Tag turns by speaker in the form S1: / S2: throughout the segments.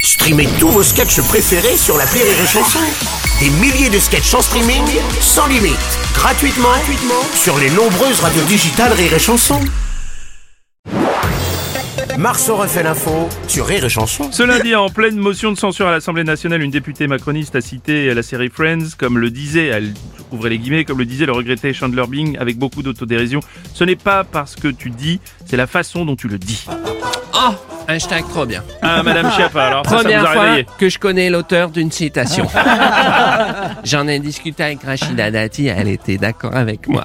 S1: Streamez tous vos sketchs préférés sur la Rire et Chanson. Des milliers de sketchs en streaming, sans limite, gratuitement, gratuitement sur les nombreuses radios digitales Rire et Chanson. Marceau refait l'info sur Rire et Chanson.
S2: Ce lundi, en pleine motion de censure à l'Assemblée nationale, une députée macroniste a cité la série Friends, comme le disait, elle ouvrez les guillemets, comme le disait le regretté Chandler Bing avec beaucoup d'autodérision. Ce n'est pas parce que tu dis, c'est la façon dont tu le dis.
S3: Oh, hashtag trop bien.
S2: Ah, Madame Schiappa, alors ça, ça,
S3: Première
S2: vous a
S3: fois
S2: réveillé.
S3: que je connais l'auteur d'une citation. J'en ai discuté avec Rachida Dati, elle était d'accord avec moi.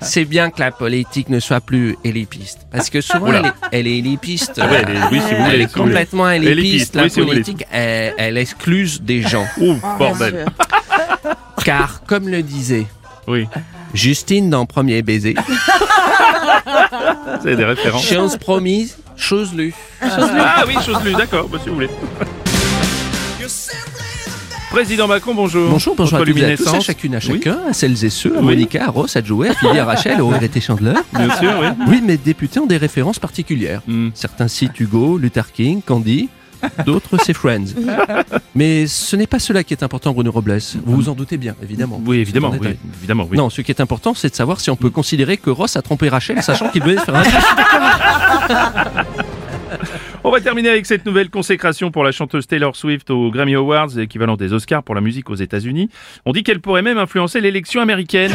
S3: C'est bien que la politique ne soit plus élitiste. Parce que souvent, elle est, elle est élitiste.
S2: Ah ouais, elle est- oui, si vous voulez,
S3: Elle est
S2: si vous voulez.
S3: complètement
S2: Élitiste,
S3: élitiste. La
S2: oui, si vous voulez.
S3: politique, elle, elle excluse des gens.
S2: Ouh, bordel.
S3: Car, comme le disait
S2: Oui,
S3: Justine dans Premier Baiser,
S2: c'est des références.
S3: chose promise, chose lue.
S2: Ah oui, chose lue, d'accord, bah, si vous voulez. Président Macron, bonjour.
S3: Bonjour, bonjour à
S2: Votre
S3: toutes et à tous, à
S2: luminescence.
S3: chacune, à
S2: Oui,
S3: chacun, à celles et ceux, à
S2: Oui.
S3: Monica, à Ross, à Joey, à Phoebe, à Rachel, au regretté Chandler.
S2: bien sûr, oui.
S3: Oui, mes députés ont des références particulières.
S2: Hmm.
S3: Certains citent Hugo, Luther King, Candy, d'autres c'est Friends. Mais ce n'est pas cela qui est important, Bruno Robles. Vous vous en doutez bien, évidemment.
S2: Oui, évidemment,
S3: C'est en
S2: oui,
S3: détail.
S2: évidemment, oui.
S3: Non, ce qui est important, c'est de savoir si on peut considérer que Ross a trompé Rachel, sachant qu'il venait de faire un geste.
S2: On va terminer avec cette nouvelle consécration pour la chanteuse Taylor Swift aux Grammy Awards, équivalent des Oscars pour la musique aux États-Unis. On dit qu'elle pourrait même influencer l'élection américaine.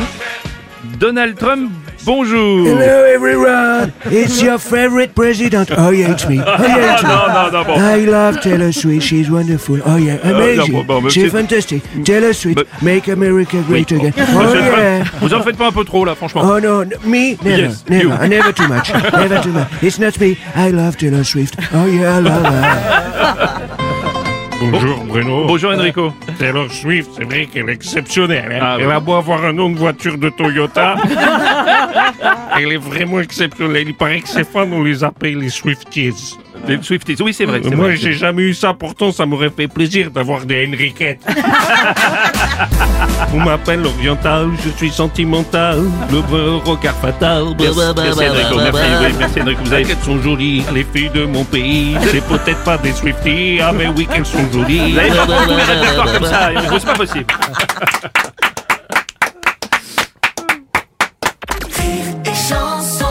S2: Donald Trump, bonjour.
S4: Hello everyone, it's your favorite president. Oh yeah, it's me. Oh yeah, it's me.
S2: Ah, non, non, non, bon.
S4: I love Taylor Swift. She's wonderful. Oh
S2: Uh,
S4: yeah, amazing.
S2: non, bon, bon, monsieur-
S4: She's fantastic. Taylor Swift,
S2: Mm. But-
S4: make America great again. Oh
S2: Monsieur Trump,
S4: yeah.
S2: vous en faites pas un peu trop là, franchement.
S4: Oh no, n- me never,
S2: Yes,
S4: never,
S2: you.
S4: Uh, never too much, never too much. It's not me. I love Taylor Swift. Oh yeah, I love her.
S5: Bonjour Bruno.
S2: Bonjour Enrico.
S5: Taylor Swift, c'est vrai qu'elle est exceptionnelle. hein.
S2: Ah, oui.
S5: Elle a beau avoir un nom de voiture de Toyota. elle est vraiment exceptionnelle. Il paraît que ses fans, on les appelle les Swifties.
S2: Les Swifties, oui c'est vrai. c'est
S5: Euh, Moi,
S2: vrai.
S5: j'ai jamais eu ça. Pourtant, ça m'aurait fait plaisir d'avoir des Henriquettes. On m'appelle l'oriental, je suis sentimental, le brun rocard fatal.
S2: Merci Enrico, merci, oui, merci Enrico, vous avez
S5: Elles sont jolies, les filles de mon pays. C'est peut-être pas des Swifties, ah mais oui qu'elles sont jolies.
S2: Vous avez pas beaucoup de répertoires comme ça, Enrico, c'est pas possible.
S6: Rire et chanson.